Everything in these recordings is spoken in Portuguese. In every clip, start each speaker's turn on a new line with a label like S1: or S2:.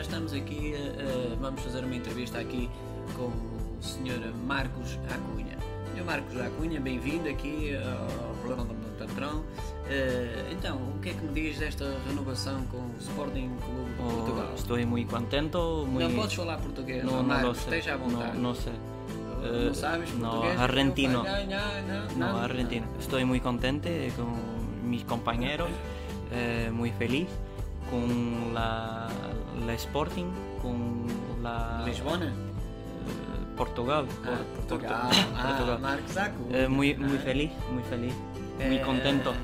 S1: estamos aqui, a- a- vamos fazer uma entrevista aqui com o Sr. Marcos Acunha. Sr. Marcos Acunha, bem-vindo aqui ao Plano do Tatrão. Então, o que é que me diz desta renovação com o Sporting Clube de
S2: Oh,
S1: Portugal?
S2: estoy muy contento, muy...
S1: Não podes falar português,
S2: no, no lo
S1: Marcos,
S2: sé.
S1: esteja à
S2: No,
S1: vontade.
S2: no sé. Eh,
S1: Não sabes
S2: no,
S1: português?
S2: argentino.
S1: Não, não, não,
S2: No,
S1: não.
S2: Argentina. Estoy muy contento con mis compañeros, eh, muy feliz con la, la Sporting, con la
S1: Ah, Lisbona?
S2: eh, Portugal.
S1: Ah,
S2: Por-
S1: Portugal.
S2: Portu-
S1: Ah,
S2: Portugal.
S1: Marcos Acunha.
S2: Eh, muy, muy
S1: Ah.
S2: feliz, muy feliz,
S1: É,
S2: muy contento.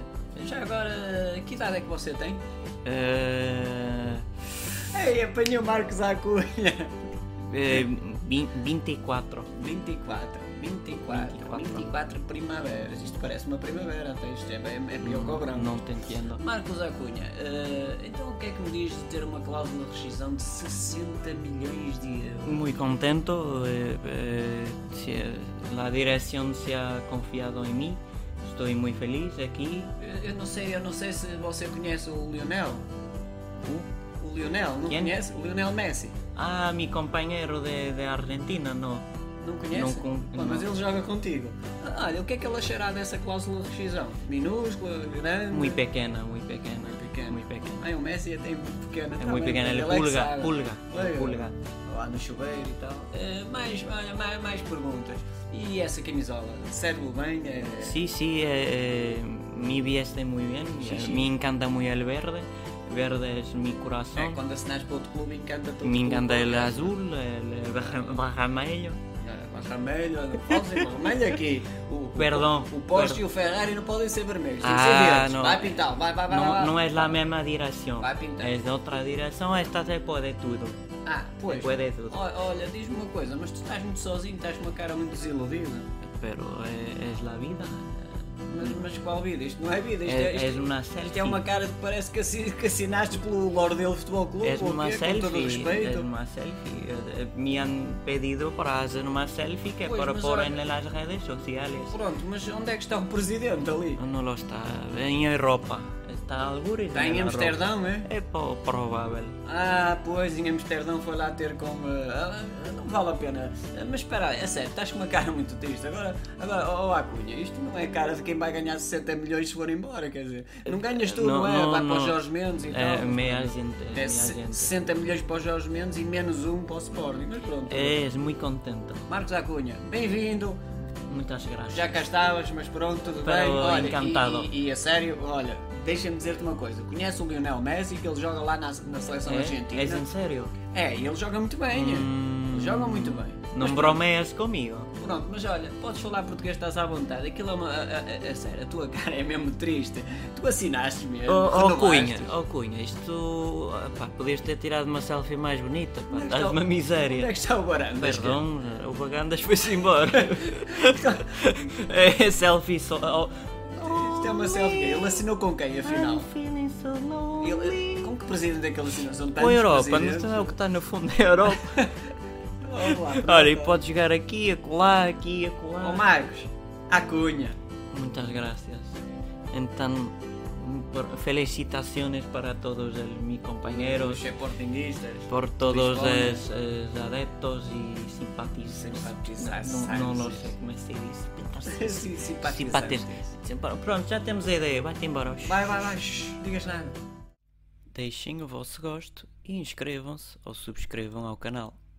S1: Já agora, que idade é que você tem?
S2: Eh,
S1: Ei, apanhei o Marcos Acunha.
S2: eh, vi- 24.
S1: 24, 24, 24,
S2: 24.
S1: primaveras. Isto parece uma primavera, até isto é, bem- é pior que o branco.
S2: No te entiendo.
S1: Marcos Acunha, eh, então o que é que me diz de ter uma cláusula de rescisão de 60 milhões de euros?
S2: Muy contento, eh, eh, se- la dirección se ha confiado en mí, estoy muy feliz aquí.
S1: Eu- Eu não sei, eu não sei se você conhece o Lionel. O Lionel, não
S2: Quem?
S1: conhece? O Lionel Messi.
S2: Ah, mi compañero de, de Argentina, no.
S1: Não conhece?
S2: Não con-
S1: Pô, Mas
S2: não.
S1: ele joga contigo. Ah, Olha, o que é que ele achará dessa cláusula de rescisão? Minúscula, grande?
S2: Muy pequeña, muy pequeña.
S1: Muy pequeña.
S2: Muy pequeña.
S1: Ai, o Messi até é muito pequeno.
S2: É muito pequeno, ele é pulga, pulga, pulga.
S1: Lá no chuveiro e tal. Eh, mais, olha, mais, mais perguntas. E essa camisola? Serve-lhe bem? É...
S2: Sí, sí, eh, eh, mi viste muy bien,
S1: Sí,
S2: eh,
S1: sí.
S2: me encanta muy el verde, verde es mi
S1: É,
S2: corazón,
S1: quando assinas para outro clube, encanta todo
S2: me encanta el azul, el vermelho.
S1: Mas vermelho, não pode ser vermelho aqui. O, o-
S2: Perdão,
S1: O Porsche
S2: perdão.
S1: e o Ferrari não podem ser vermelhos. Tem que ser
S2: Ah,
S1: verdes.
S2: não. é
S1: Vai pintar, vai, vai, vai. vai.
S2: No, no es la misma dirección,
S1: Va a pintar.
S2: es de otra dirección, esta se puede todo.
S1: Ah, pois.
S2: Depois é tudo.
S1: Ó- Olha, diz-me uma coisa, mas tu estás muito sozinho, estás com uma cara muito desiludida.
S2: Pero eh, es la vida.
S1: Mas, mas qual vida? Isto não é vida, isto é,
S2: Es,
S1: isto,
S2: es una
S1: isto
S2: selfie.
S1: é uma cara que parece que, assi, que assinaste pelo Lordelo Futebol Clube,
S2: es
S1: ou o
S2: una
S1: quê, com todo o
S2: selfie. Es
S1: respeito.
S2: una selfie. Eh, eh, Me han pedido para hacer una selfie que
S1: Pues,
S2: para
S1: mas
S2: poner
S1: ahora-
S2: en las redes sociales.
S1: Pronto, mas onde é que está o presidente ali?
S2: No lo está. En Europa. Está alguno
S1: Está em Amsterdão, é?
S2: Es po- probable.
S1: Ah, pois, em Amsterdão foi lá ter com. ah, ah, não vale a pena. Ah, Mas espera aí, é sério, estás com uma cara muito triste. Agora, agora ó ó, Acunha, isto não é cara de quem vai ganhar 60 milhões se for embora, quer dizer. Não ganhas tu, não,
S2: Não,
S1: é?
S2: não,
S1: vai para os
S2: não.
S1: Jorge Mendes e
S2: É,
S1: tal.
S2: meia gente,
S1: É
S2: meia
S1: se-
S2: gente.
S1: 60 milhões para os Jorge Mendes e menos um para o Sporting, mas pronto.
S2: Es muy contento.
S1: Marcos Acunha, bem-vindo.
S2: Muchas gracias.
S1: Já cá estavas, mas pronto, tudo
S2: Pero
S1: bem. Olha,
S2: encantado.
S1: E, e a sério, olha, deixa-me dizer-te uma coisa. Conhece o Lionel Messi, que ele joga lá na, na seleção
S2: ¿Eh?
S1: argentina.
S2: ¿Es en serio?
S1: É, e ele joga muito bem.
S2: Hum.
S1: Ele joga muito bem.
S2: No
S1: Mas
S2: bromeas conmigo.
S1: pronto, Pronto, mas olha, podes falar português, estás à vontade. Aquilo é uma. A, a- a- a sério, a tua cara é mesmo triste. Tu assinaste mesmo.
S2: Oh, oh,
S1: renovaste. é
S2: Cunha, oh Cunha, isto. ah, Pá, podias ter tirado uma selfie mais bonita, pá,
S1: Onde é que
S2: estás
S1: está o- Onde
S2: uma
S1: é
S2: miséria.
S1: que está o Barandas?
S2: Perdão, o Bagandas foi-se embora. é selfie só. Oh.
S1: Isto é uma selfie. Ele assinou com quem, afinal?
S2: I'm feeling so lonely.
S1: Ele, com que presidente é que ele assinou? São tantos
S2: Com a Europa, não
S1: presidentes.
S2: sei é o que está no fundo da Europa.
S1: Vamos lá,
S2: Ora, e
S1: pronto.
S2: podes jogar aqui, acolá, aqui, acolá.
S1: Ó Marcos, a cunha.
S2: Muchas gracias. Então, por- felicitaciones para todos el- mis compañeros.
S1: Os portinguistas.
S2: por todos
S1: Lisboa.
S2: los adeptos y simpatizantes.
S1: Simpatizantes.
S2: No, no, no sé cómo se dice.
S1: Sim,
S2: Simpatizantes.
S1: simpatizantes.
S2: Simpa- Pronto, já temos a ideia. Vai-te embora.
S1: Vai, vai, vai. shh, Digas nada.
S2: Deixem o vosso gosto e inscrevam-se ou subscrevam ao canal.